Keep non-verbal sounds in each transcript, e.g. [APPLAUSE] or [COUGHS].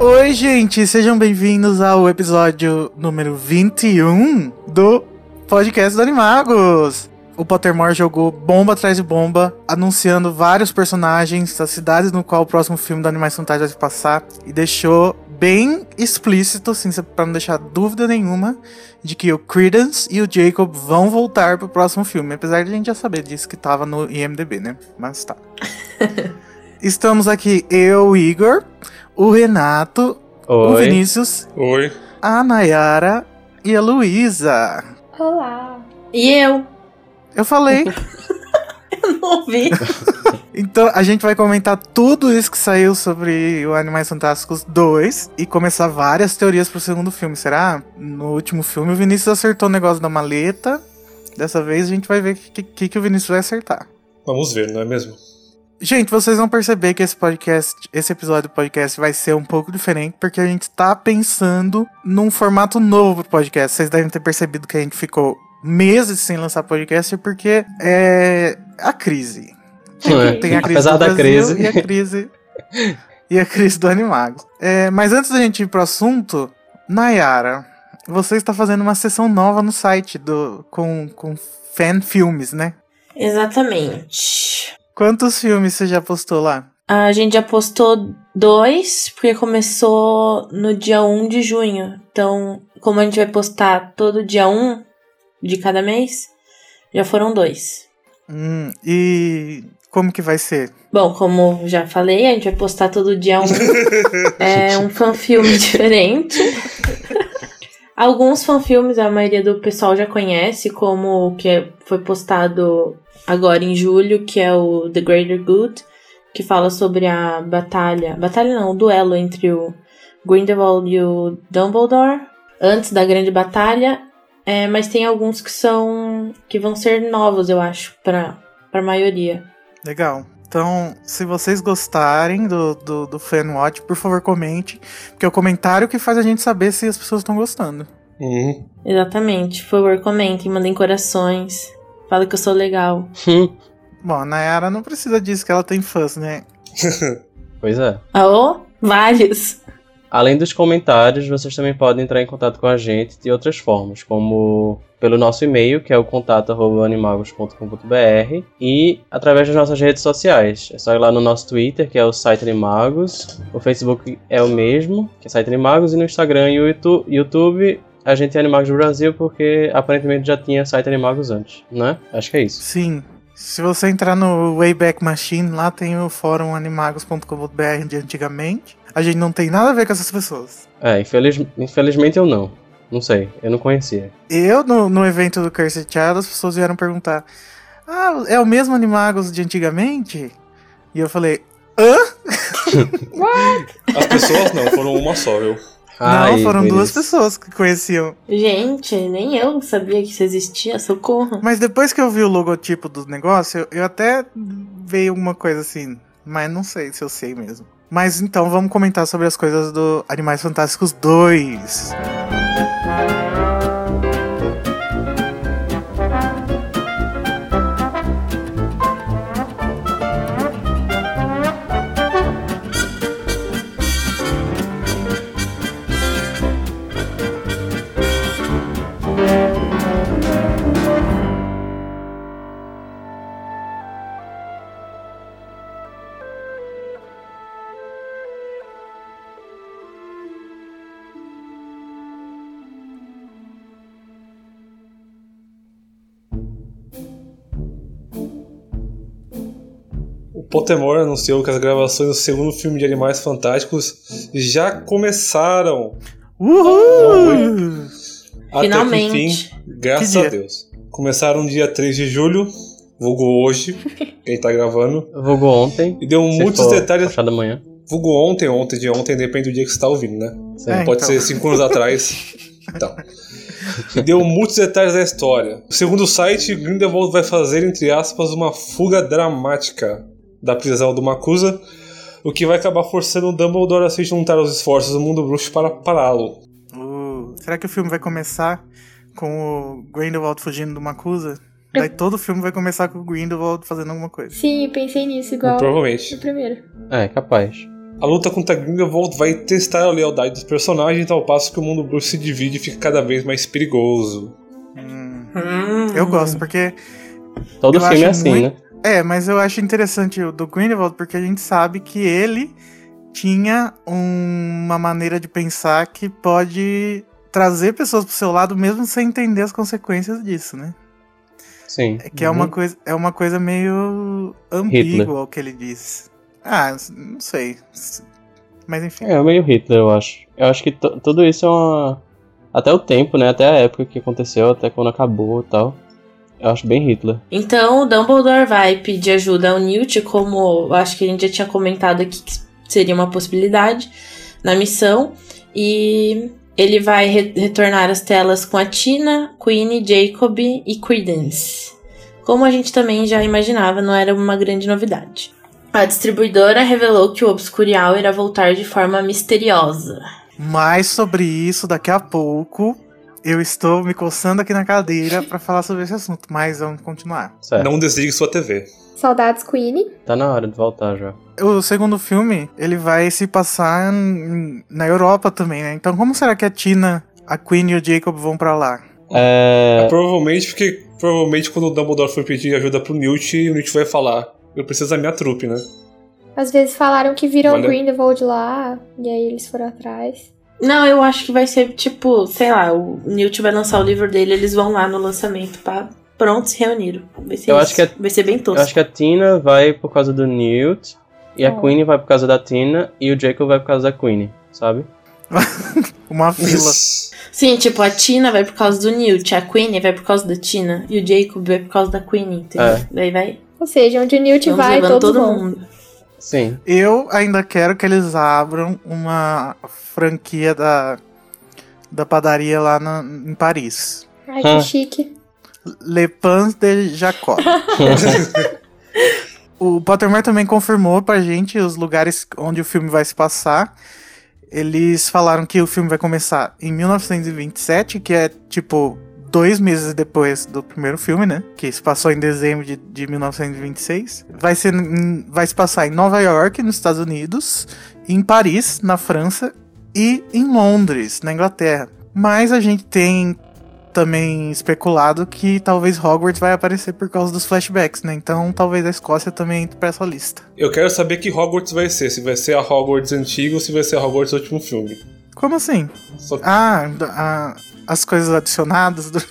Oi, gente, sejam bem-vindos ao episódio número 21 do podcast do Animagos. O Pottermore jogou bomba atrás de bomba, anunciando vários personagens, as cidades no qual o próximo filme do Animais Fantásticos vai se passar, e deixou bem explícito, assim, pra não deixar dúvida nenhuma, de que o Credence e o Jacob vão voltar pro próximo filme, apesar de a gente já saber disso que tava no IMDB, né? Mas tá. Estamos aqui, eu, Igor, o Renato, o Oi. Vinícius, Oi. a Nayara e a Luísa. Olá. E eu? [LAUGHS] Eu falei. Eu não ouvi. então a gente vai comentar tudo isso que saiu sobre o Animais Fantásticos 2 e começar várias teorias pro segundo filme, será? No último filme o Vinícius acertou o negócio da maleta. Dessa vez a gente vai ver o que, que, que o Vinícius vai acertar. Vamos ver, não é mesmo? Gente, vocês vão perceber que esse podcast, esse episódio do podcast vai ser um pouco diferente, porque a gente tá pensando num formato novo pro podcast. Vocês devem ter percebido que a gente ficou meses sem lançar podcast, porque é a crise. É. Tem a crise Apesar do da Brasil crise. E a [LAUGHS] crise. e a crise do Animagos. É, mas antes da gente ir pro assunto, Nayara, você está fazendo uma sessão nova no site do, com, com fan filmes, né? Exatamente. Quantos filmes você já postou lá? A gente já postou dois, porque começou no dia 1 de junho. Então, como a gente vai postar todo dia 1 de cada mês, já foram dois. Hum, e como que vai ser? Bom, como já falei, a gente vai postar todo dia 1. é um fanfilme diferente. Alguns fanfilmes a maioria do pessoal já conhece, como o que é, foi postado agora em julho, que é o The Greater Good, que fala sobre a batalha. Batalha não, o duelo entre o Grindelwald e o Dumbledore antes da grande batalha. É, mas tem alguns que são. que vão ser novos, eu acho, pra, pra maioria. Legal. Então, se vocês gostarem do, do, do Fanwatch, por favor, comente. Porque é o comentário que faz a gente saber se as pessoas estão gostando. [LAUGHS] Uhum. Exatamente. Por favor, comentem, mandem corações. Fala que eu sou legal. Hum. Bom, a Nayara não precisa disso, que ela tem fãs, né? Pois é. Aô? Vários. Além dos comentários, vocês também podem entrar em contato com a gente de outras formas, como pelo nosso e-mail, que é o contato.animagos.com.br, e através das nossas redes sociais. É só ir lá no nosso Twitter, que é o site Animagos, o Facebook é o mesmo, que é site Animagos, e no Instagram e o Itu- YouTube a gente é Animagos Brasil, porque aparentemente já tinha site Animagos antes, né? Acho que é isso. Sim. Se você entrar no Wayback Machine, lá tem o fórum animagos.com.br de antigamente. A gente não tem nada a ver com essas pessoas. É, infeliz- infelizmente eu não. Não sei, eu não conhecia. Eu, no, no evento do Cursed Child, as pessoas vieram perguntar: Ah, é o mesmo Animagos de antigamente? E eu falei: As pessoas não, foram uma só, viu? Ai, Não, foram duas Vinícius. pessoas que conheciam. Gente, nem eu sabia que isso existia, socorro. Mas depois que eu vi o logotipo do negócio, eu, eu até veio alguma coisa assim. Mas não sei se eu sei mesmo. Mas então vamos comentar sobre as coisas do Animais Fantásticos 2. O Pottermore anunciou que as gravações do segundo filme de Animais Fantásticos já começaram. Uhul! Até que Finalmente. enfim, graças Que dia? a Deus. Começaram dia 3 de julho, vulgo hoje, quem tá gravando. Vulgo ontem. E deu se muitos for detalhes. Chá da manhã. Vulgo ontem, ontem, de ontem, depende do dia que você tá ouvindo, né? Sim. É. Pode então. ser cinco anos atrás. [LAUGHS] Então. E deu muitos detalhes da história. Segundo o site, Grindelwald vai fazer, entre aspas, uma fuga dramática. da prisão do Makusa, o que vai acabar forçando o Dumbledore a se juntar aos esforços do mundo bruxo para pará-lo. Uh, será que o filme vai começar com o Grindelwald fugindo de uma acusa? Daí todo filme vai começar com o Grindelwald fazendo alguma coisa. Sim, pensei nisso igual Provavelmente. no primeiro. É, capaz. A luta contra Grindelwald vai testar a lealdade dos personagens ao passo que o mundo bruxo se divide e fica cada vez mais perigoso. Hum, eu gosto, porque. Todo Eu filme é acho assim, muito- né? É, mas eu acho interessante o do Grindelwald, porque a gente sabe que ele tinha um- uma maneira de pensar que pode trazer pessoas pro seu lado mesmo sem entender as consequências disso, né? Sim. É que é Uhum. uma coisa, é uma coisa meio ambígua o que ele diz. Ah, s- não sei. S- Mas enfim. É meio Hitler, eu acho. Eu acho que to- tudo isso é uma. Até o tempo, né? Até a época que aconteceu, até quando acabou e tal. Eu acho bem Hitler. Então o Dumbledore vai pedir ajuda ao Newt, como eu acho que a gente já tinha comentado aqui que seria uma possibilidade na missão. E ele vai re- retornar as telas com a Tina, Queen, Jacob e Credence. Como a gente também já imaginava, não era uma grande novidade. A distribuidora revelou que o Obscurial irá voltar de forma misteriosa. Mais sobre isso daqui a pouco. Eu estou me coçando aqui na cadeira pra falar sobre esse assunto, mas vamos continuar. Certo. Não desligue sua TV. Saudades Queen. Tá na hora de voltar já. O segundo filme, ele vai se passar em- na Europa também, né? Então como será que a Tina, a Queen e o Jacob vão pra lá? É. Provavelmente porque provavelmente quando o Dumbledore for pedir ajuda pro Newt, o Newt vai falar: "Eu preciso da minha trupe, né?" Às vezes falaram que viram Olha. Grindelwald lá, e aí eles foram atrás. Não, eu acho que vai ser tipo, sei lá, o Newt vai lançar o livro dele, eles vão lá no lançamento pra pronto se reuniram. Vai ser Eu isso. acho que é- vai ser bem Eu tosco. acho que a Tina vai por causa do Newt. E a Ah. Oh. Queen vai por causa da Tina. E o Jacob vai por causa da Queen, sabe? Uma fila. é- Sim, tipo, a Tina vai por causa do Newt, a Queen vai por causa da Tina e o Jacob vai por causa da Queen, entendeu? É. Daí vai. Ou seja, onde o Newt Vamos vai, levando todos todo vão. mundo. Sim. Eu ainda quero que eles abram uma franquia da, da padaria lá na- em Paris. Ai, Ah. que chique. Le Pain de Jacob. o Pottermore também confirmou pra gente os lugares onde o filme vai se passar. Eles falaram que o filme vai começar em 1927, que é tipo dois meses depois do primeiro filme, né? Que se passou em dezembro de, de 1926. Vai, ser, em- vai se passar em Nova York, nos Estados Unidos, em Paris, na França, e em Londres, na Inglaterra. Mas a gente tem também especulado que talvez Hogwarts vai aparecer por causa dos flashbacks, né? Então talvez a Escócia também entre pra essa lista. [LAUGHS] Eu quero saber que Hogwarts vai ser, se vai ser a Hogwarts antiga ou se vai ser a Hogwarts do último filme. Como assim? Só que Ah, d- ah, as coisas adicionadas. do-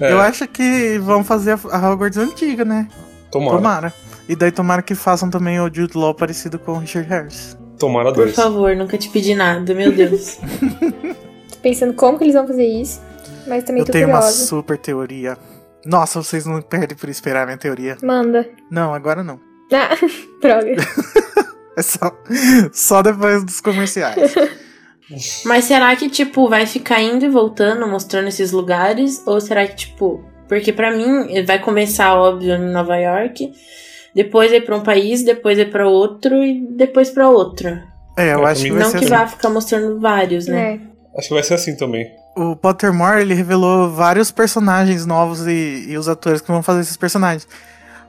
É. Eu acho que vão fazer a- a Hogwarts antiga, né? tomara, tomara, Tomara. E daí tomara que façam também o Jude Law parecido com o Richard Harris. Por dois. favor, nunca te pedi nada, meu Deus. Tô pensando como que eles vão fazer isso, mas também Eu tô tenho uma curiosa. super teoria. Nossa, vocês não perdem por esperar minha teoria. Manda. [LAUGHS] Não, agora não. Ah, [LAUGHS] droga. É só, [LAUGHS] só depois dos comerciais. [LAUGHS] Mas será que, tipo, vai ficar indo e voltando, mostrando esses lugares? Ou será que, tipo. Porque pra mim, ele vai começar, óbvio, em Nova York, depois ir pra um país, depois ir pra outro e depois pra outro. É, eu pra acho mim que vai Não ser que assim. vá ficar mostrando vários, né? É. Acho que vai ser assim também. O Pottermore, ele revelou vários personagens novos e, e os atores que vão fazer esses personagens.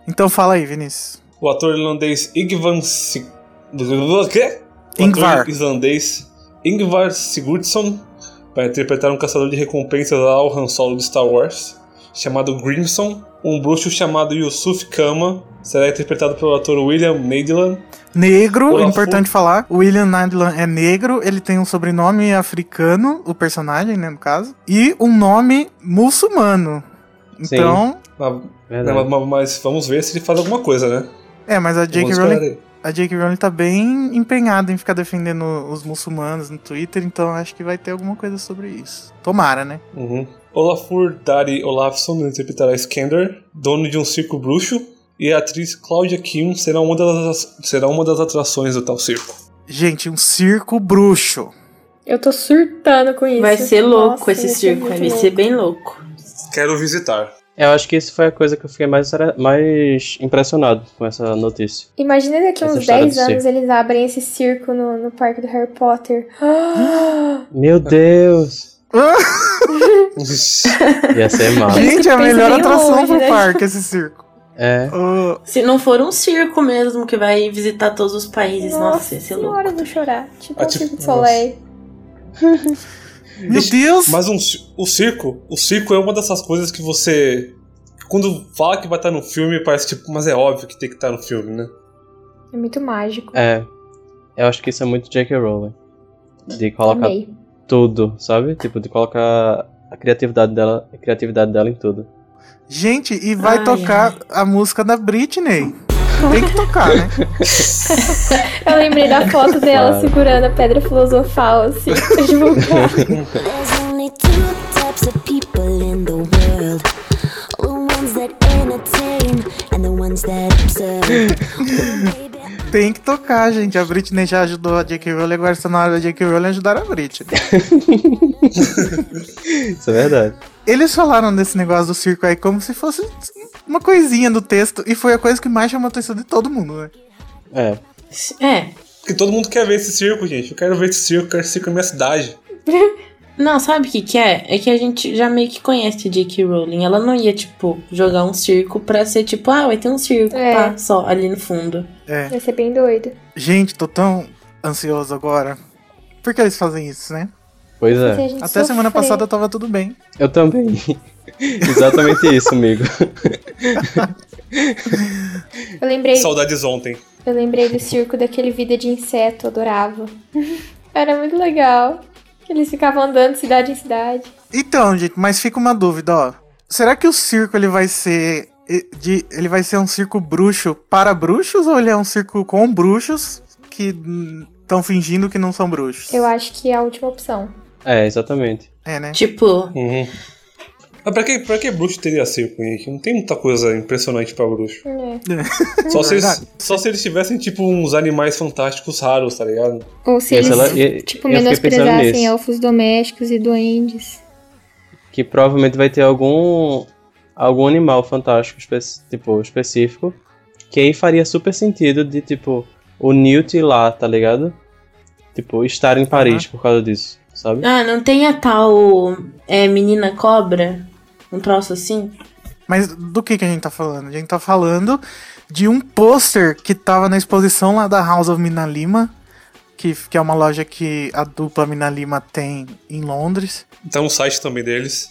Então fala aí, Vinícius. O ator irlandês Ingvar Sig... O quê? O Ingvar. ator islandês Ingvar Sigurdsson vai interpretar um caçador de recompensas ao Han Solo de Star Wars, chamado Grimson. Um bruxo chamado Yusuf Kama será interpretado pelo ator William Madeline. Negro, Olá, importante falar. O William Nadlan é negro, ele tem um sobrenome africano, o personagem, né, no caso, e um nome muçulmano. Sim. Então, Ah, Verdade. mas- mas, mas vamos ver se ele faz alguma coisa, né? é, mas a J.K. Vamos Rowling, esperar aí. a J.K. Rowling tá bem empenhada em ficar defendendo os muçulmanos no Twitter, então acho que vai ter alguma coisa sobre isso. Tomara, né? Uhum. Olafur Dari Olafsson interpretará Skander, dono de um circo bruxo, e a atriz Claudia Kim será uma das, será uma das atrações do tal circo. Gente, um circo bruxo. Eu tô surtando com isso. Vai ser louco Nossa, esse vai circo, muito vai ser bem louco. Quero visitar. Eu acho que isso foi a coisa que eu fiquei mais, mais impressionado com essa notícia. Imagina daqui Essa uns história 10 do anos eles abrem esse circo no, no parque do Harry Potter. [GASPS] Meu Deus! Ixi, Ia ser mal. Gente, é a pensa melhor bem atração longe, pro né? parque, esse circo. É. Ô, Se não for um circo mesmo que vai visitar todos os países, nossa, Nossa esse é louco. senhora, eu vou chorar. Tipo Ah, um tipo, circo de nossa. Soleil. meu Deus! Mas um, ci- o circo, o circo é uma dessas coisas que você. Quando fala que vai estar no filme, parece tipo, mas é óbvio que tem que estar no filme, né? É muito mágico. É. Eu acho que isso é muito J.K. Rowling. De colocar Amei. tudo, sabe? Tipo, de colocar a criatividade dela, a criatividade dela em tudo. Gente, e vai Ai, tocar a música da Britney. Tem que tocar, né? [LAUGHS] Eu lembrei da foto dela Claro. segurando a pedra filosofal, assim, pra divulgar. There's only two types of people in the world the ones that entertain and the ones that observe. Oh, baby, Tem que tocar, gente. A Britney já ajudou a J.K. Rowling, agora está na hora da J.K. Rowling ajudar a Britney. Isso é verdade. Eles falaram desse negócio do circo aí como se fosse uma coisinha do texto, e foi a coisa que mais chamou a atenção de todo mundo, né? É. É. Porque todo mundo quer ver esse circo, gente. Eu quero ver esse circo, eu quero esse circo na minha cidade. Não, sabe o que que é? É que a gente já meio que conhece a J.K. Rowling. Ela não ia, tipo, jogar um circo pra ser tipo, ah, vai ter um circo, É. pá, só ali no fundo. É. [LAUGHS] Vai ser bem doido. Gente, tô tão ansioso agora. Por que eles fazem isso, né? Pois Se a é. gente Até semana sofrer. passada tava tudo bem. Eu também. [LAUGHS] Exatamente isso, amigo. Eu lembrei, Saudades ontem. eu lembrei do circo daquele Vida de Inseto, eu adorava. [LAUGHS] Era muito legal. Eles ficavam andando de cidade em cidade. Então, gente, mas fica uma dúvida, ó. Será que o circo ele vai ser e- de- ele vai ser um circo bruxo para bruxos ou ele é um circo com bruxos que estão fingindo que não são bruxos? Eu acho que é a última opção. É, exatamente. É, né? Tipo, Uhum. Mas pra que, pra que bruxo teria circo, gente? Não tem muita coisa impressionante pra bruxo. É. Só, se eles, Verdade. só se eles tivessem, tipo, uns animais fantásticos raros, tá ligado? Ou se E eles, essa ela- e- eu tipo, fiquei pensando menosprezassem nisso. elfos domésticos e duendes. que provavelmente vai ter algum algum animal fantástico espe- tipo específico que aí faria super sentido de tipo o Newt ir lá, tá ligado? Tipo estar em Paris por causa disso, sabe? ah, não tem a tal é, menina cobra? Um troço assim? Mas do que, que a gente tá falando? A gente tá falando de um pôster que tava na exposição lá da House of Mina Lima, que, que é uma loja que a dupla Mina Lima tem em Londres. Tem um site também deles.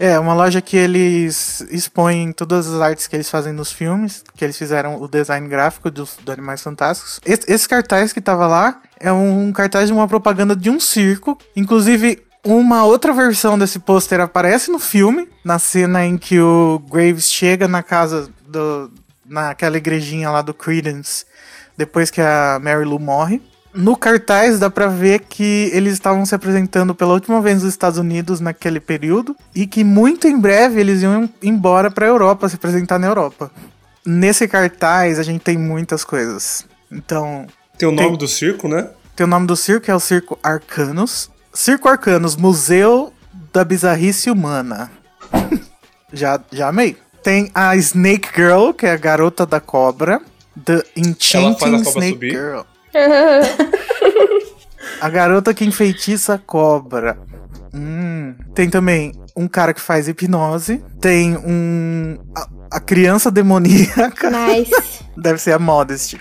É, uma loja que eles expõem todas as artes que eles fazem nos filmes, que eles fizeram o design gráfico dos do Animais Fantásticos. Es- Esse, cartaz que tava lá é um, cartaz de uma propaganda de um circo. Inclusive, uma outra versão desse pôster aparece no filme, na cena em que o Graves chega na casa do. naquela igrejinha lá do Credence, depois que a Mary Lou morre. No cartaz dá pra ver que eles estavam se apresentando pela última vez nos Estados Unidos naquele período e que muito em breve eles iam embora pra Europa se apresentar na Europa. Nesse cartaz a gente tem muitas coisas. Então, Tem o nome do circo, né? tem o nome do circo, que é o Circo Arcanos. Circo Arcanos, Museu da Bizarrice Humana. [LAUGHS] já, já amei. Tem a Snake Girl, que é a garota da cobra. The Enchanting cobra Snake subir. Girl. A garota que enfeitiça a cobra. Hum. Tem também um cara que faz hipnose. Tem um. A, a criança demoníaca. [LAUGHS] Nice. Deve ser a Modest.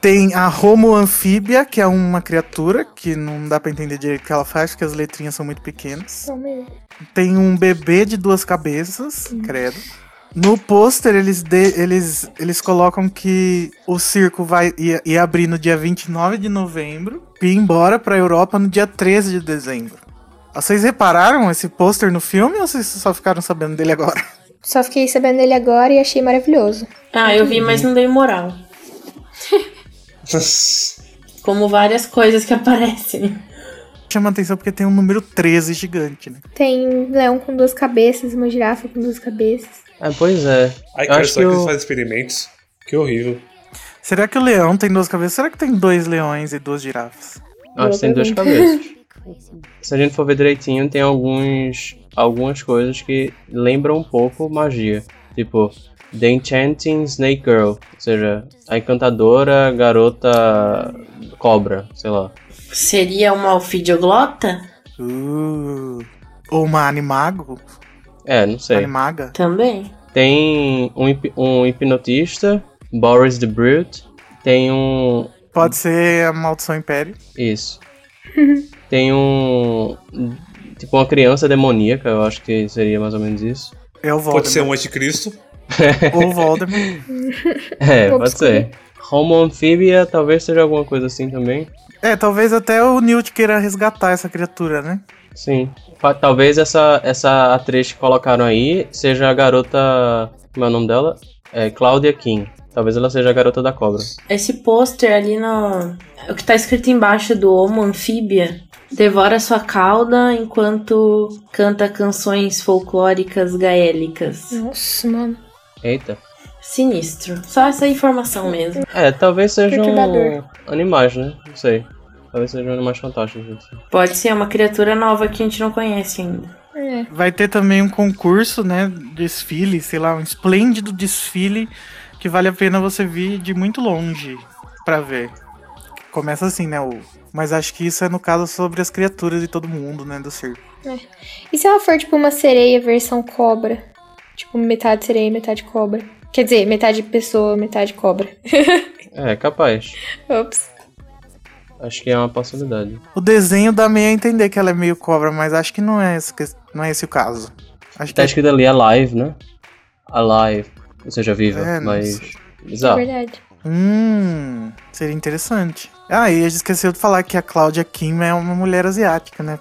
Tem a Homo Anfíbia, que é uma criatura que não dá pra entender direito o que ela faz, porque as letrinhas são muito pequenas. Calma aí. Tem um bebê de duas cabeças, credo. No pôster, eles, de- eles, eles colocam que o circo vai ia, ia abrir no dia 29 de novembro e ir embora pra Europa no dia 13 de dezembro. Ah, Vocês repararam esse pôster no filme ou vocês só ficaram sabendo dele agora? [LAUGHS] Só fiquei sabendo dele agora e achei maravilhoso. Ah, eu vi, mas não dei moral. Como várias coisas que [LAUGHS] aparecem. Chama atenção porque tem um número 13 gigante, né? Tem um leão com duas cabeças, uma girafa com duas cabeças. É, pois é. Ai, Eu cara, acho que será que eles o- fazem experimentos? Que horrível. Será que o leão tem duas cabeças? Será que tem dois leões e duas girafas? acho que tem duas cabeças. Se a gente for ver direitinho, tem alguns algumas coisas que lembram um pouco magia. Tipo, The Enchanting Snake Girl, ou seja, a encantadora garota cobra, sei lá. Seria uma alfidioglota? Uh, ou uma animago? É, não sei. Animaga? Também. Tem um, hip- um hipnotista, Boris the Brute. Tem um. Pode ser a Maldição Império. Isso. tem um. Tipo, uma criança demoníaca, eu acho que seria mais ou menos isso. É o Pode ser Voldemort. um anticristo. Ou o Voldemort. É, Obscuro. pode ser. Homo Amphibia talvez seja alguma coisa assim também. É, talvez até o Newt queira resgatar essa criatura, né? Sim. Fa- Talvez essa, essa atriz que colocaram aí seja a garota. Como é o nome dela? É Claudia King. Talvez ela seja a garota da cobra. Esse pôster ali no. O que tá escrito embaixo do Homo Anfíbia. Devora sua cauda enquanto canta canções folclóricas gaélicas. Nossa, mano. Eita. Sinistro. Só essa informação mesmo. É, talvez sejam Perturbador. animais, né? Não sei. Talvez sejam animais fantásticos. não sei. Pode ser uma criatura nova que a gente não conhece ainda. É. Vai ter também um concurso, né? Desfile, sei lá, um esplêndido desfile que vale a pena você vir de muito longe pra ver. Começa assim, né? O... Mas acho que isso é no caso sobre as criaturas de todo mundo, né? Do circo. E se ela for, tipo, uma sereia versão cobra? Tipo, metade sereia, metade cobra. Quer dizer, metade pessoa, metade cobra. [LAUGHS] É, capaz. Ops. é Acho que é uma possibilidade. O desenho dá meio a entender que ela é meio cobra, mas acho que não é esse, que- não é esse o caso. Acho que é Tá escrito ali alive, né? Alive. Ou seja, viva. É, não mas. sei. É Bizarro. verdade. Hum, seria interessante. Ah, e a gente esqueceu de falar que a Cláudia Kim é uma mulher asiática, né?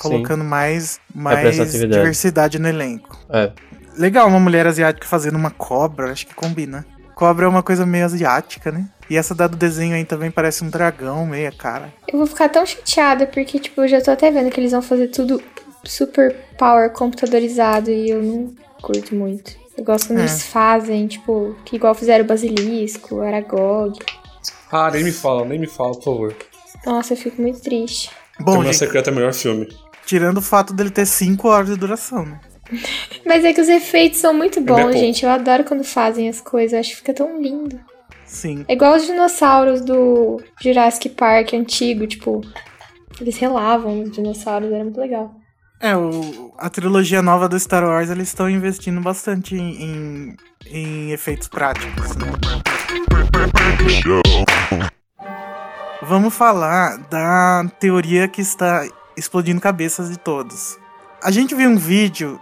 Colocando mais, mais Representatividade. diversidade no elenco. É. Legal uma mulher asiática fazendo uma cobra, acho que combina. Cobra é uma coisa meio asiática, né? E essa da do desenho aí também parece um dragão, meia cara. Eu vou ficar tão chateada porque, tipo, eu já tô até vendo que eles vão fazer tudo super power computadorizado e eu não curto muito. Eu gosto quando É. eles fazem, tipo, que igual fizeram o Basilisco, o Aragog. Ah, nem me fala, nem me fala, por favor. Nossa, eu fico muito triste. Bom, Caminhão gente, Secreto é o melhor filme. tirando o fato dele ter 5 horas de duração, né? Mas é que os efeitos são muito é bons, pouco. gente. Eu adoro quando fazem as coisas, eu acho que fica tão lindo. Sim. É igual os dinossauros do Jurassic Park antigo, tipo, eles relavam os dinossauros, era muito legal. É, o, a trilogia nova do Star Wars, eles estão investindo bastante em, em, em efeitos práticos, né? Vamos falar da teoria que está explodindo cabeças de todos. A gente viu um vídeo,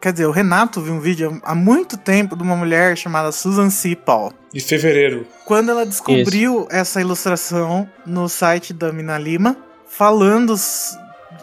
quer dizer, o Renato viu um vídeo há muito tempo de uma mulher chamada Susan C. Paul. De fevereiro. Quando ela descobriu essa ilustração no site da Mina Lima, falando s-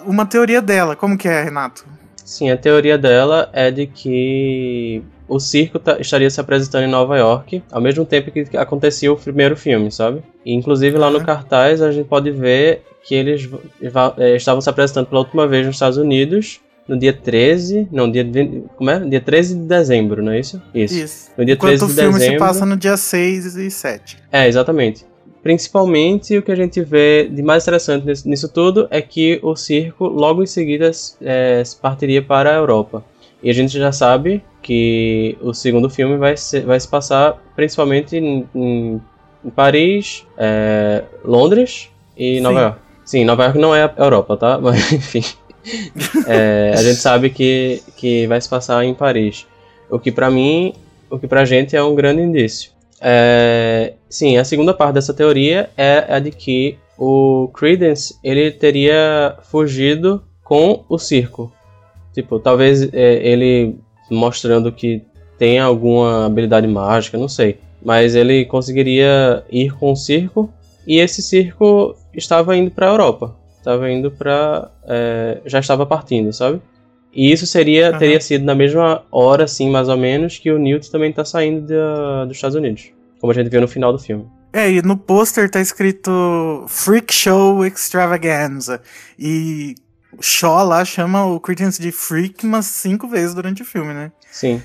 uma teoria dela. Como que é, Renato? Sim, a teoria dela é de que o circo ta- estaria se apresentando em Nova York ao mesmo tempo que acontecia o primeiro filme, sabe? E, inclusive lá no Aham. cartaz a gente pode ver que eles v- va- eh, estavam se apresentando pela última vez nos Estados Unidos no dia 13, não, dia, de- como é? Dia 13 de dezembro, não é isso? Isso. Isso. No dia Enquanto 13 o de filme dezembro. se passa no dia 6 e 7. É, exatamente. Principalmente o que a gente vê de mais interessante nisso, nisso tudo é que o circo logo em seguida é, se partiria para a Europa. E a gente já sabe que o segundo filme vai se, vai se passar principalmente em, em- em Paris, é, Londres e Nova Sim. York. Sim, Nova York não é a Europa, tá? [LAUGHS] Mas enfim. É, a gente sabe que, que vai se passar em Paris. O que pra mim, o que pra gente é um grande indício. É, sim, a segunda parte dessa teoria é a de que o Credence ele teria fugido com o circo. Tipo, talvez é, ele mostrando que tem alguma habilidade mágica, não sei. Mas ele conseguiria ir com o circo e esse circo estava indo para a Europa. Estava indo para. já estava partindo, sabe? E isso seria, Aham. teria sido na mesma hora, assim, mais ou menos, que o Newt também está saindo da- dos Estados Unidos. Como a gente viu no final do filme. É, e no pôster tá escrito Freak Show Extravaganza. E o Shaw lá chama o Credence de Freak umas cinco vezes durante o filme, né? Sim.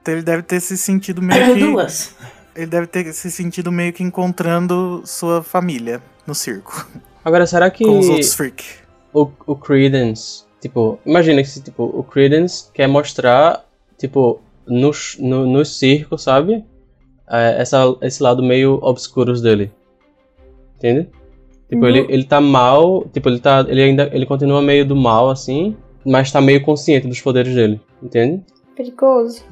Então ele deve ter se sentido [COUGHS] [LAUGHS] meio que. Duas. Ele deve ter se sentido meio que encontrando sua família no circo. Agora, será que. Com os outros Freak. o, o Credence, tipo, imagina que se, tipo, o Credence quer mostrar, tipo, nos, no, nos circos, sabe? É, essa, esse lado meio obscuros dele. Entende? Tipo, ele, ele tá mal, tipo, ele tá. Ele ainda. Ele continua meio do mal, assim, mas tá meio consciente dos poderes dele. Entende? Perigoso.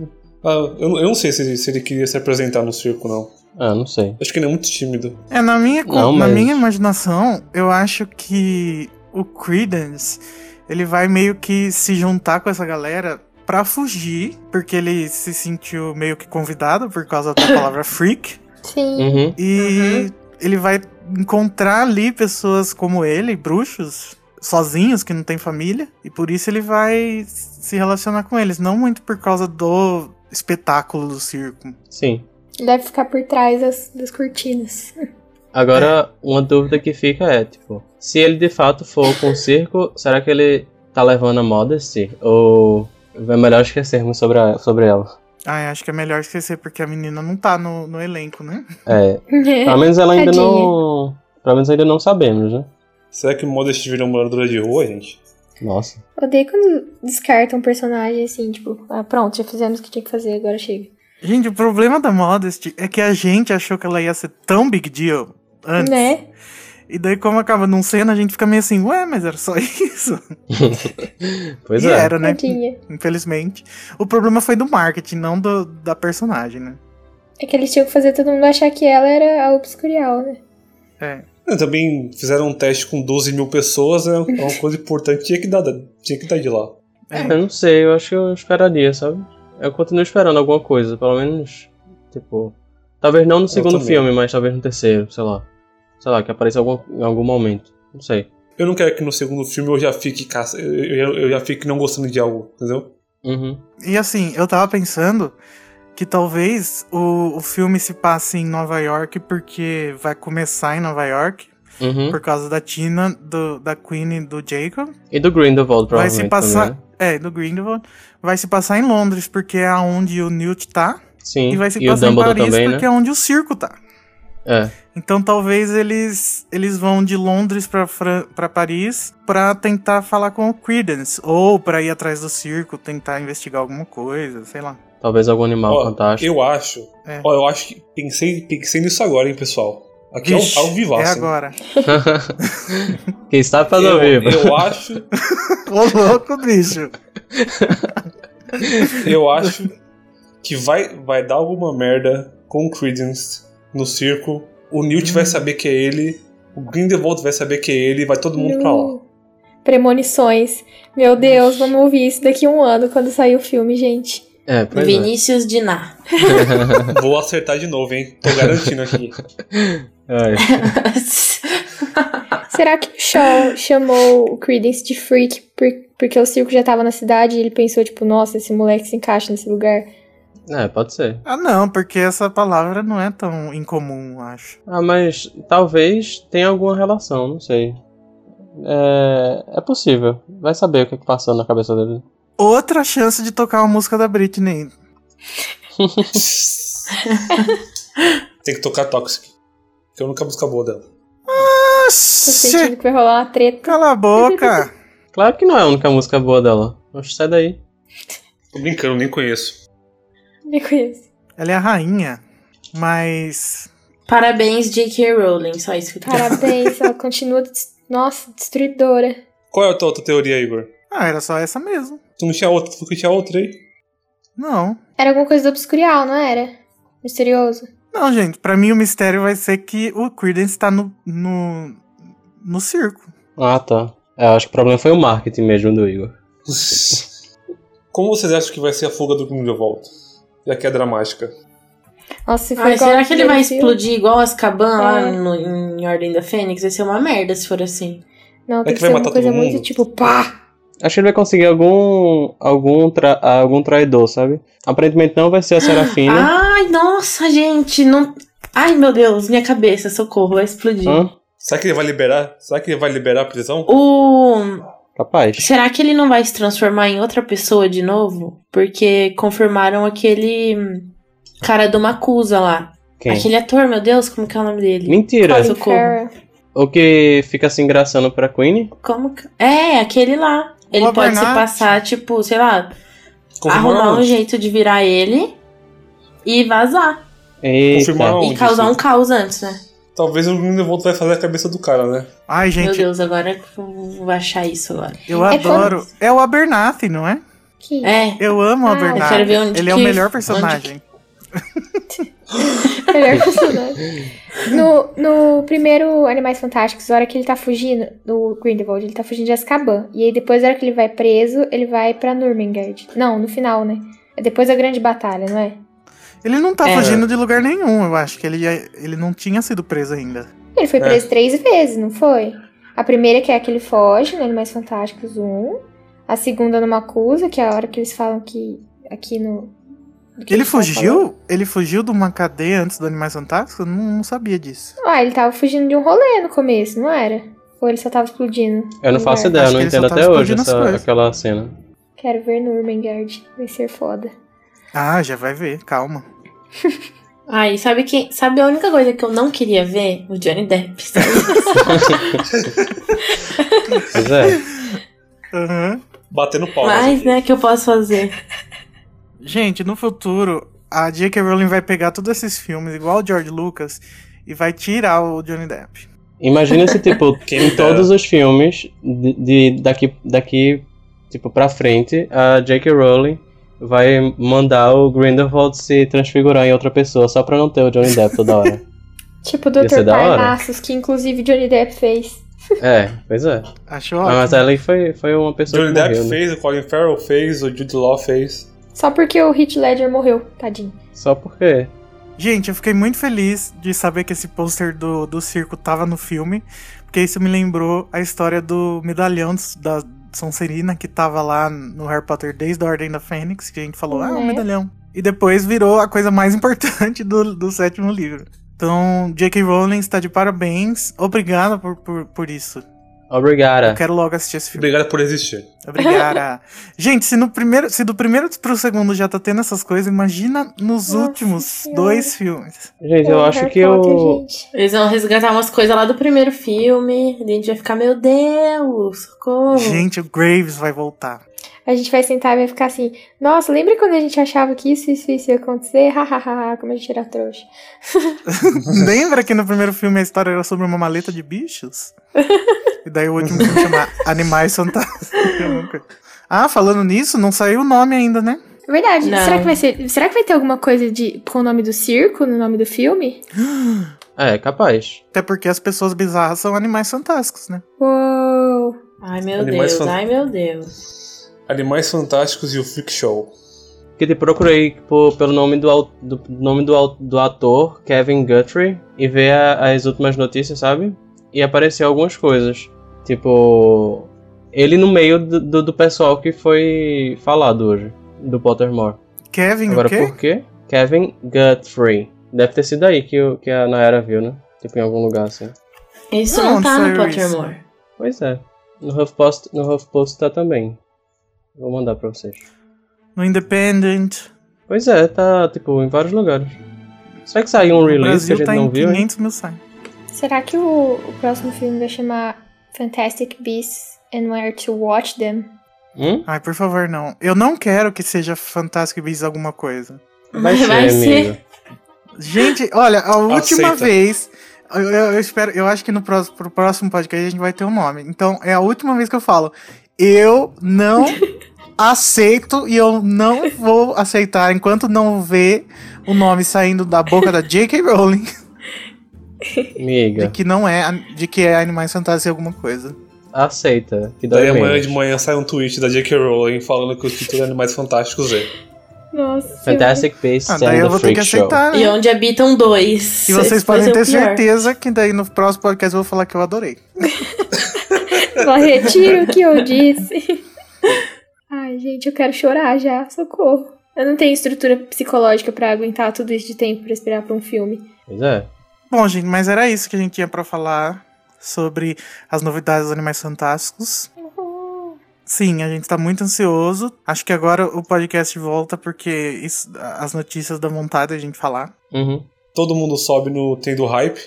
Ah, eu, eu não sei se, se ele queria se apresentar no circo, não. Ah, não sei. Acho que ele é muito tímido. É, na minha, co- Não, na mas- minha imaginação, eu acho que o Credence, ele vai meio que se juntar com essa galera pra fugir, porque ele se sentiu meio que convidado por causa [COUGHS] da palavra freak. Sim. Uhum. E ele vai encontrar ali pessoas como ele, bruxos, sozinhos, que não tem família. E por isso ele vai se relacionar com eles. Não muito por causa do espetáculo do circo. Sim. Deve ficar por trás das, das cortinas. [LAUGHS] Agora, uma dúvida que fica é, tipo, se ele de fato for com o circo, será que ele tá levando a moda esse? Ou é melhor esquecermos sobre, a- sobre ela? Ah, eu acho que é melhor esquecer, porque a menina não tá no, no elenco, né? É, pelo menos ela ainda Tadinha. não. Pelo menos ainda não sabemos, né? Será que o Modest virou moradora de rua, gente? Nossa. Odeio quando descartam um personagem assim, tipo, ah, pronto, já fizemos o que tinha que fazer, agora chega. Gente, o problema da Modest é que a gente achou que ela ia ser tão big deal antes. Né? E daí, como acaba não sendo, a gente fica meio assim, ué, mas era só [LAUGHS] isso? Pois e é. era, né? Tadinha. Infelizmente. O problema foi do marketing, não do, da personagem, né? É que eles tinham que fazer todo mundo achar que ela era a obscurial, né? É, também fizeram um teste com 12 mil pessoas, né? É uma coisa importante. Tinha que dar, tinha que dar de lá. É. Eu não sei, eu acho que eu esperaria, sabe? Eu continuo esperando alguma coisa, pelo menos. Tipo. Talvez não no segundo também. filme, mas talvez no terceiro, sei lá. Sei lá, que apareça algum, em algum momento. Não sei. Eu não quero que no segundo filme eu já fique caça, eu, eu- eu já fique não gostando de algo, entendeu? Uhum. E assim, eu tava pensando que talvez o, o filme se passe em Nova York, porque vai começar em Nova York, Uhum. por causa da Tina, do, da Queen e do Jacob. E do Grindelwald, Vai provavelmente. se passar. também, né? É, do Grindelwald. Vai se passar em Londres, porque é onde o Newt tá. Sim. E vai se o passar em Dumbledore Paris, também, porque né? é onde o circo tá. É. Então talvez eles eles vão de Londres pra Fran- pra Paris pra tentar falar com o Credence ou pra ir atrás do circo, tentar investigar alguma coisa, sei lá. Talvez algum animal Ó, fantástico. eu acho. É. Ó, eu acho que pensei, pensei nisso agora, hein, pessoal. Aqui Vixe, é ao, ao vivaço. é hein? agora. [LAUGHS] Quem sabe faz ao Eu, Tá vivo. eu acho, [LAUGHS] Ô louco, bicho. eu acho que vai, vai dar alguma merda com o Credence no circo. O Newt Hum. vai saber que é ele. O Grindelwald vai saber que é ele. Vai todo mundo pra lá. Premonições. Meu Deus, vamos ouvir isso daqui a um ano quando sair o filme, gente. É, pois é. Vinícius Diná. Vou acertar de novo, hein? Tô [LAUGHS] garantindo aqui. É. Será que o Shaw chamou o Credence de freak por- porque o circo já tava na cidade e ele pensou, tipo, nossa, esse moleque se encaixa nesse lugar? É, pode ser. Ah, não, porque essa palavra não é tão incomum, acho. Ah, mas talvez tenha alguma relação, não sei. É, é possível. Vai saber o que, é que passou na cabeça dele. Outra chance de tocar uma música da Britney. Tem que tocar Toxic. Que é a única música boa dela. Tô Oxi, sentindo que vai rolar uma treta. [LAUGHS] cala a boca. Claro que não é a única música boa dela. Oxe, sai daí. Tô brincando, nem conheço. Nem conheço. Ela é a rainha, mas [LAUGHS] Parabéns, J.K. Rowling. Só isso que eu queria falar. Parabéns, ela continua, des- nossa, destruidora. Qual é a tua outra teoria, Igor? ah, era só essa mesmo. Tu não tinha outra, tu falou que tinha outra aí? Não. Era alguma coisa do obscurial, não era? Misterioso. Não, gente, pra mim o mistério vai ser que o Credence tá no, no, no circo. Ah, tá. É, acho que o problema foi o marketing mesmo do Igor. Como vocês acham que vai ser a fuga do Grindelwald? Já que é dramática. Nossa, se for Ai, igual será ao que ele vai primeiro filme- explodir igual as cabanas lá É. no- em Ordem da Fênix? Vai ser uma merda se for assim. Não, tem É que que, vai ser matar uma coisa todo muito mundo? tipo, pá! Acho que ele vai conseguir algum. algum, tra- algum traidor, sabe? Aparentemente não vai ser a Serafina. Ai, nossa, gente. Não... Ai, meu Deus, minha cabeça, socorro, vai explodir. Hã? Será que ele vai liberar? Será que ele vai liberar a prisão? O... Capaz. Será que ele não vai se transformar em outra pessoa de novo? Porque confirmaram aquele hum, cara do Macusa lá. Quem? Aquele ator, meu Deus, como que é o nome dele? Mentira! Colin Socorro. Farrell. O que fica se engraçando pra Queen? Como que... É, aquele lá. Ele Uma pode se Bernard. passar, tipo, sei lá, Confirmaram arrumar um onde? jeito de virar ele e vazar. Eita. Confirmaram onde, e causar assim? um caos antes, né? Talvez o Grindelwald vai fazer a cabeça do cara, né? Ai, Meu gente, Deus, agora que eu vou achar isso agora. eu É adoro. É o Abernathy, não é? Que... É, Eu amo o Ah, Abernathy. eu quero ver onde Ele é o que- é. melhor onde personagem. [LAUGHS] Melhor personagem. No, no primeiro Animais Fantásticos, a hora que ele tá fugindo do Grindelwald, ele tá fugindo de Azkaban. E aí depois, a hora que ele vai preso, ele vai pra Nurmengard. Não, no final, né? É depois da grande batalha, não é? Ele não tá É. fugindo de lugar nenhum, eu acho que ele, ele não tinha sido preso ainda. Ele foi É. preso três vezes, não foi? A primeira que é que ele foge no Animais Fantásticos 1. A segunda numa acusa, que é a hora que eles falam que aqui no... do que Ele tá eles estavam falando. fugiu? Ele fugiu de uma cadeia antes do Animais Fantásticos? Eu Não, não sabia disso. Ah, ele tava fugindo de um rolê no começo, não era? Ou ele só tava explodindo? Eu não faço ideia, eu Acho não que ele só entendo tá até hoje explodindo as essa- coisas. aquela cena. Quero ver Nurmengard, vai ser foda. Ah, já vai ver, calma. Ai, sabe que sabe a única coisa que eu não queria ver? O [LAUGHS] Johnny Depp. sabe? Pois é. Aham. Batendo pau. Mas, né, que eu posso fazer? Gente, no futuro, a J.K. Rowling vai pegar todos esses filmes, igual o George Lucas, e vai tirar o Johnny Depp. Imagina [LAUGHS] se, tipo, Quem em dera. todos os filmes, de, de- daqui, daqui, tipo, pra frente, a J.K. Rowling vai mandar o Grindelwald se transfigurar em outra pessoa só pra não ter o Johnny Depp toda hora. [LAUGHS] Tipo o Ia ser Dr. da hora. Parnassus, que inclusive Johnny Depp fez. é, pois é. Achou? Ah, Mas ela foi, foi uma pessoa Johnny que Depp morreu, né? fez, o Colin Farrell fez, o Jude Law fez. Só porque o Heath Ledger morreu, tadinho. Só porque... Gente, eu fiquei muito feliz de saber que esse pôster do, do circo tava no filme, porque isso me lembrou a história do medalhão s- da Sonserina, que tava lá no Harry Potter desde a Ordem da Fênix, que a gente falou, ah, o Né? medalhão. E depois virou a coisa mais [LAUGHS] importante do, do sétimo livro. Então, J.K. Rowling está de parabéns. Obrigada por, por, por isso. Obrigada. Eu quero logo assistir esse filme. Obrigado por existir. [LAUGHS] Obrigada. Gente, se, no primeiro, se do primeiro pro segundo já tá tendo essas coisas, imagina nos Nossa últimos Senhora. dois filmes. Gente, eu Pô, acho Harry que Potter, o... gente. Eles vão resgatar umas coisas lá do primeiro filme. A gente vai ficar, meu Deus, socorro. Gente, o Graves vai voltar. [LAUGHS] A gente vai sentar e vai ficar assim, nossa, lembra quando a gente achava que isso, isso, isso ia acontecer? Hahaha, como a gente era trouxa. Lembra que no primeiro filme a história era sobre uma maleta de bichos? E daí o último filme chama Animais Fantásticos. [LAUGHS] Ah, falando nisso, não saiu o nome ainda, né? Verdade, Não. será que vai ser. Será que vai ter alguma coisa de com o nome do circo no nome do filme? É, capaz. Até porque as pessoas bizarras são animais fantásticos, né? Uou! Ai, meu Animais Deus, fan- ai, meu Deus. Animais Fantásticos e o Freak Show. Que te procurei por- pelo nome do, au- do nome do, au- do ator Kevin Guthrie e ver a- as últimas notícias, sabe? E apareceu algumas coisas. Tipo, ele no meio do, do- do pessoal que foi falado hoje, do Pottermore. Kevin, Agora o quê? por quê? Kevin Guthrie. Deve ter sido aí que, o- que a Nayara viu, né? Tipo, em algum lugar assim. Isso Não, não, tá saiu no Pottermore. Pois é. No HuffPost, no HuffPost tá também. Vou mandar pra vocês. No Independent. Pois é, tá, tipo, em vários lugares. Será que saiu um O release que Brasil a gente tá em não viu? hein? 500 mil sites. Será que o, o próximo filme vai chamar Fantastic Beasts and Where to Watch Them? Hum? Ai, por favor, não. Eu não quero que seja Fantástico e Beasts alguma coisa. Vai ser, [LAUGHS] Vai ser. amigo. Gente, olha, a última Aceita. vez. Eu, eu- eu espero, eu acho que no próximo, pro próximo podcast a gente vai ter um nome. Então é a última vez que eu falo. Eu [LAUGHS] não aceito e eu não vou aceitar enquanto não ver o nome saindo da boca da J.K. Rowling de Amiga, que não é, de que é Animais Fantásticos e alguma coisa. aceita. Que dói Daí amanhã menos. de manhã sai um tweet da J.K. Rowling falando que o título é Animais Fantásticos é. Nossa. Fantastic Beasts Ah, and daí eu the vou ter Freak que Show. aceitar. né? E onde habitam dois. E vocês Esse vai podem ser o ter pior. certeza que daí no próximo podcast eu vou falar que eu adorei. Só retiro o que eu disse. Ai, gente, eu quero chorar já. Socorro. Eu não tenho estrutura psicológica pra aguentar tudo isso de tempo pra esperar pra um filme. Pois é. Bom, gente, mas era isso que a gente tinha pra falar sobre as novidades dos Animais Fantásticos. Sim, a gente tá muito ansioso. Acho que agora o podcast volta porque isso- as notícias dão vontade a gente falar. Uhum. Todo mundo sobe no tem do hype.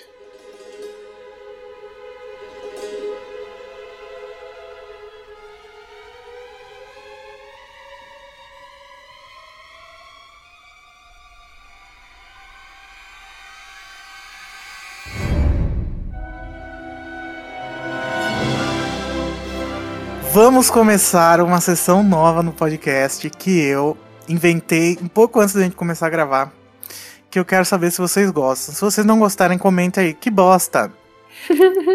Vamos começar uma sessão nova no podcast que eu inventei um pouco antes da gente começar a gravar. Que eu quero saber se vocês gostam. Se vocês não gostarem, comenta aí. Que bosta!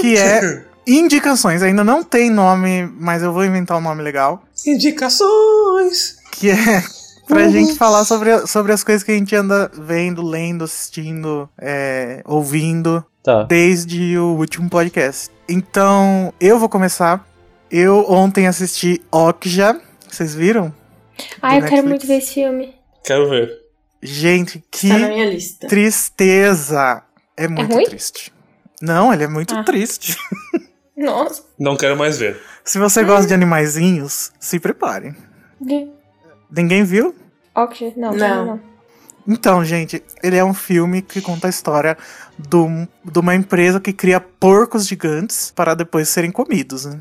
Que é indicações. Ainda não tem nome, mas eu vou inventar um nome legal. [LAUGHS] Indicações! que é [LAUGHS] Uhum. pra gente falar sobre, sobre as coisas que a gente anda vendo, lendo, assistindo, é, ouvindo Tá. desde o último podcast. Então, eu vou começar. Eu ontem assisti Okja, vocês viram? Ai, eu Do Netflix. quero muito ver esse filme. Quero ver. Gente, que Tá na minha lista. tristeza! É muito ruim? triste. Não, ele é muito Ah. triste. [LAUGHS] Nossa. Não quero mais ver. Se você gosta de Hum. animaizinhos, se prepare. Ninguém viu? Ok, não, Não. não, não. Então, gente, ele é um filme que conta a história de, um- de uma empresa que cria porcos gigantes para depois serem comidos, né?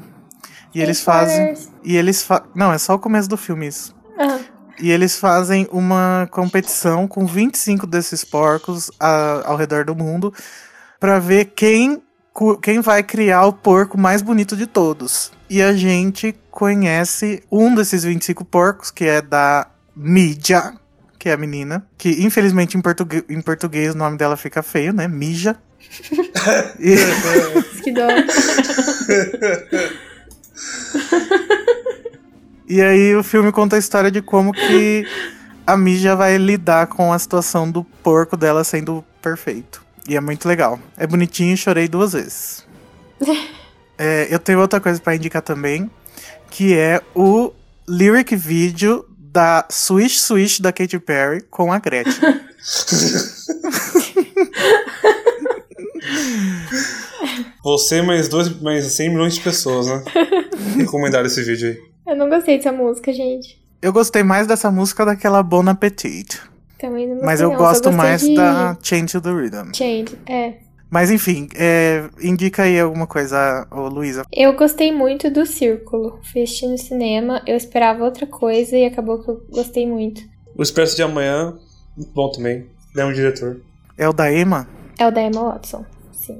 E eles fazem. Spoilers. E eles fa Não, é só o começo do filme isso. Ah, E eles fazem uma competição com 25 desses porcos a- ao redor do mundo para ver quem, cu- quem vai criar o porco mais bonito de todos. E a gente conhece um desses 25 porcos, que é da Mídia, que é a menina, que infelizmente em, portugue- em português o nome dela fica feio, né? Mija. E- que dó. E aí o filme conta a história de como [LAUGHS] que a Mija vai lidar com a situação do porco dela sendo perfeito. E é muito legal. É bonitinho, chorei duas [LAUGHS] vezes. É, eu tenho outra coisa pra indicar também, que é o lyric video da Swish Swish da Katy Perry com a [LAUGHS] Gretchen. Você mais, dois, mais 100 milhões de pessoas, [LAUGHS] né? Recomendaram esse vídeo aí. Eu não gostei dessa música, gente. Eu gostei mais dessa música daquela Bon Appetit, Também não gostei, mas eu não, só gosto gostei mais de da Change to the Rhythm. Change, é. Mas enfim, é, indica aí alguma coisa, ô Luísa. Eu gostei muito do Círculo. Fui assistir no cinema, eu esperava outra coisa e acabou que eu gostei muito. O Expresso de Amanhã, muito bom também. Ele é um diretor. É o da Emma? É o da Emma Watson, sim.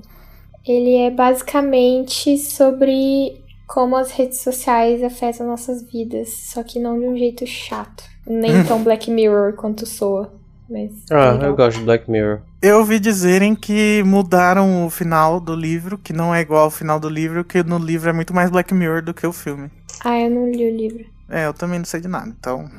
Ele é basicamente sobre como as redes sociais afetam nossas vidas, só que não de um jeito chato. [LAUGHS] Nem tão Black Mirror quanto soa, mas... Ah, legal. eu gosto de Black Mirror. Eu ouvi dizerem que mudaram o final do livro, que não é igual ao final do livro, que no livro é muito mais Black Mirror do que o filme. Ah, eu não li o livro. É, eu também não sei de nada, então.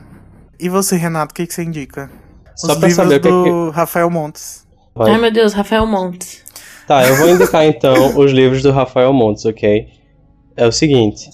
E você, Renato, o que, que você indica? Os Só pra livros saber o que é que. do Rafael Montes. Vai. Ai, meu Deus, Rafael Montes. Tá, eu vou indicar [LAUGHS] então os livros do Rafael Montes, ok? É o seguinte: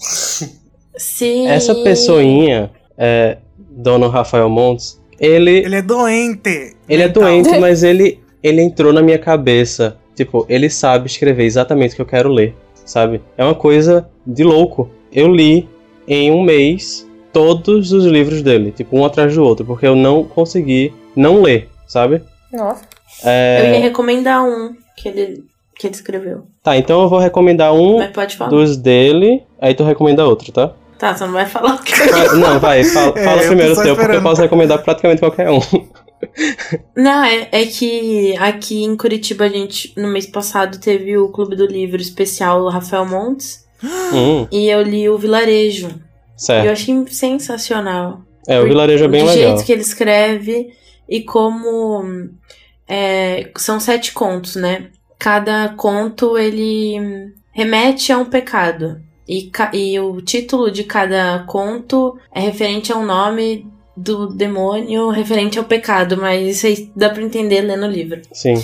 Se... essa pessoinha, é, dono Rafael Montes, ele, Ele é doente! ele é Então. mental. [LAUGHS] doente, mas ele, ele entrou na minha cabeça. Tipo, ele sabe escrever exatamente o que eu quero ler, sabe? É uma coisa de louco. Eu li em um mês todos os livros dele, tipo, um atrás do outro, porque eu não consegui não ler, sabe? Nossa. Eu é- ia recomendar um que ele, que ele escreveu. Tá, então eu vou recomendar um Mas pode falar. dos dele, aí tu recomenda outro, tá? Tá, você não vai falar o que... Ah, [LAUGHS] Não, vai, fala, É, fala eu primeiro o tô só teu, porque eu esperando. posso recomendar praticamente qualquer um. [LAUGHS] Não, é, é que aqui em Curitiba a gente, no mês passado, teve o Clube do Livro especial Rafael Montes. Hum, E eu li o Vilarejo. E eu certo. achei sensacional. É, o vilarejo é bem o legal. jeito que ele escreve e como. hum, é, são sete contos, né? Cada conto ele hum, remete a um pecado. E, ca- e o título de cada conto é referente ao nome do demônio, referente ao pecado, mas isso aí dá pra entender lendo o livro. Sim.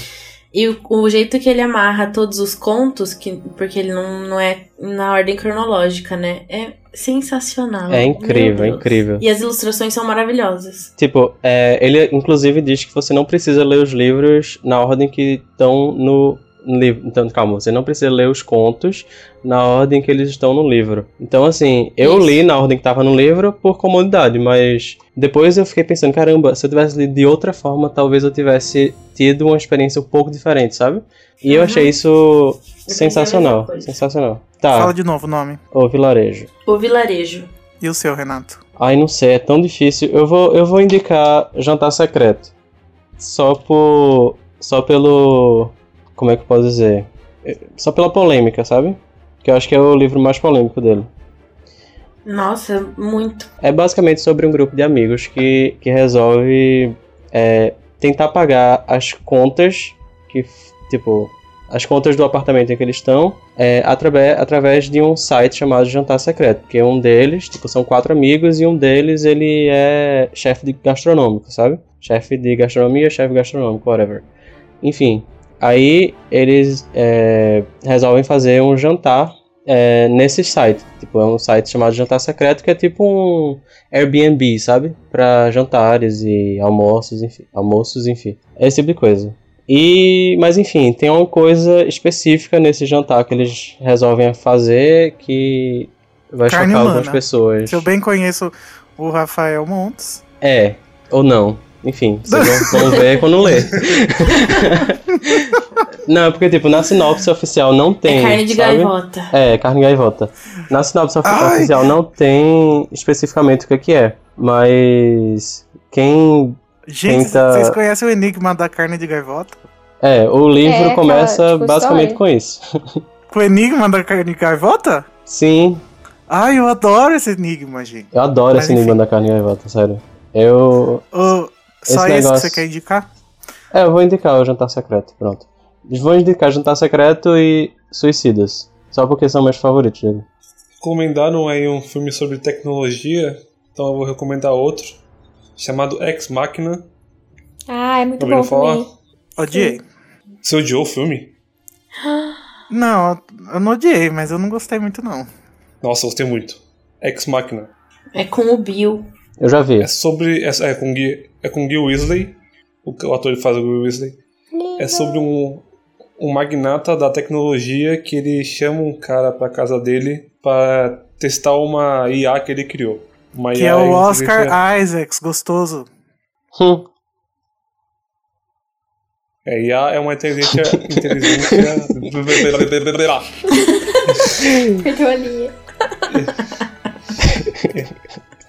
E o, o jeito que ele amarra todos os contos, que, porque ele não, não é na ordem cronológica, né? É sensacional. É Meu incrível, é Deus. incrível. E as ilustrações são maravilhosas. Tipo, é, ele inclusive diz que você não precisa ler os livros na ordem que estão no livro. Então, calma, você não precisa ler os contos na ordem que eles estão no livro. Então, assim, eu Isso. li na ordem que estava no livro por comodidade, mas depois eu fiquei pensando, caramba, se eu tivesse lido de outra forma, talvez eu tivesse tido uma experiência um pouco diferente, sabe? E eu Uhum. achei isso pensei a mesma sensacional, coisa. sensacional. Tá, Fala de novo o nome. o vilarejo. O vilarejo. E o seu, Renato? Ai, não sei, é tão difícil. Eu vou, eu vou indicar Jantar Secreto. Só por. Só pelo. Como é que eu posso dizer? é Eh, Só pela polêmica, sabe? Que eu acho que é o livro mais polêmico dele. Nossa, muito. É basicamente sobre um grupo de amigos que, que resolve é, tentar pagar as contas que, f- tipo, as contas do apartamento em que eles estão é, atrabe- através de um site chamado Jantar Secreto, porque um deles, tipo, são quatro amigos e um deles, ele é chefe de gastronômico, sabe? Chefe de gastronomia, chefe gastronômico, whatever. Enfim, aí eles é, resolvem fazer um jantar é, nesse site. Tipo, é um site chamado Jantar Secreto, que é tipo um Airbnb, sabe? Pra jantares e almoços, enfim. Almoços, enfim. Esse tipo de coisa. E, mas enfim, tem uma coisa específica nesse jantar que eles resolvem fazer que vai Carne chocar humana. algumas pessoas. Se eu bem conheço o Rafael Montes. É, ou não. Enfim, vocês vão, vão ver [LAUGHS] quando ler. não, porque tipo, na sinopse oficial não tem. é carne de sabe? gaivota. É, carne gaivota. Na sinopse ofi- Ai! oficial não tem especificamente o que que é, mas quem Gente, Tenta- vocês conhecem o enigma da carne de gaivota? é, o É, livro aquela, começa tipo, basicamente história. com isso. Com o enigma da carne de gaivota? Sim, Ai, eu adoro esse enigma, gente. eu adoro Mas esse enigma enfim. da carne gaivota, sério. Eu, Ô, só Esse esse negócio- que você quer indicar? é, eu vou indicar o jantar secreto, pronto. Vou indicar jantar secreto e suicidas, só porque são meus favoritos dele. Recomendaram aí um filme sobre tecnologia, então eu vou recomendar outro, chamado Ex Machina. Ah, é muito Ouviram bom falar? também. Odiei. Você odiou o filme? Não, eu não odiei, mas eu não gostei muito, não. Nossa, eu gostei muito. Ex Machina. É com o Bill. Eu já vi. É sobre. É, é com Gui, é com Gui Weasley, o, que- o ator que faz o Gui Weasley. É [LAUGHS] sobre um, um magnata da tecnologia que ele chama um cara pra casa dele pra testar uma IA que ele criou. Uma Que IA é o inteligente- Oscar Isaacs, gostoso. Hum, É, IA é uma inteligência. [LAUGHS] inteligência... Perdeu a linha. é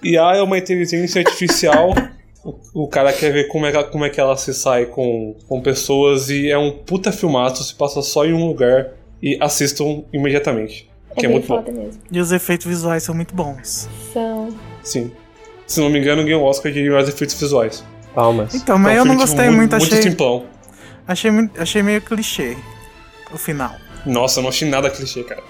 IA é uma inteligência artificial. O, o cara quer ver como é, que ela- como é que ela se sai com, com pessoas e é um puta filmaço, se passa só em um lugar e assistam imediatamente. É Que é bem muito bom. foda mesmo. E os efeitos visuais são muito bons. São. Sim. Se não me engano, ganhou o Oscar de melhores efeitos visuais. palmas. Então, mas É um eu não filme, tipo, gostei muito, muito achei, simplão. achei, mui- achei meio clichê o final. Nossa, eu não achei nada clichê, cara.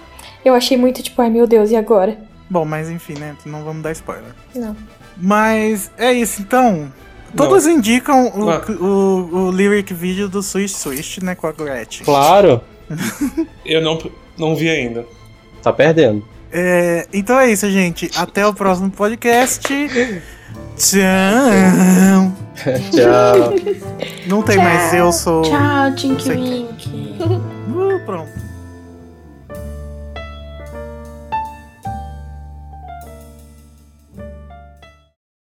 Eu achei muito tipo, ai meu Deus, e agora? Bom, mas enfim, né? Não vamos dar spoiler. Não. Mas é isso, então. Todos indicam o, Ah. o, o lyric vídeo do Swish Swish, né? Com a Gretchen. Claro, Eu não, não vi ainda. tá perdendo. É, então é isso, gente. Até o próximo podcast. Tchau. Tchau. Não tem mais eu sou. Tchau, Tinky Sei que- Winky. Uh, pronto.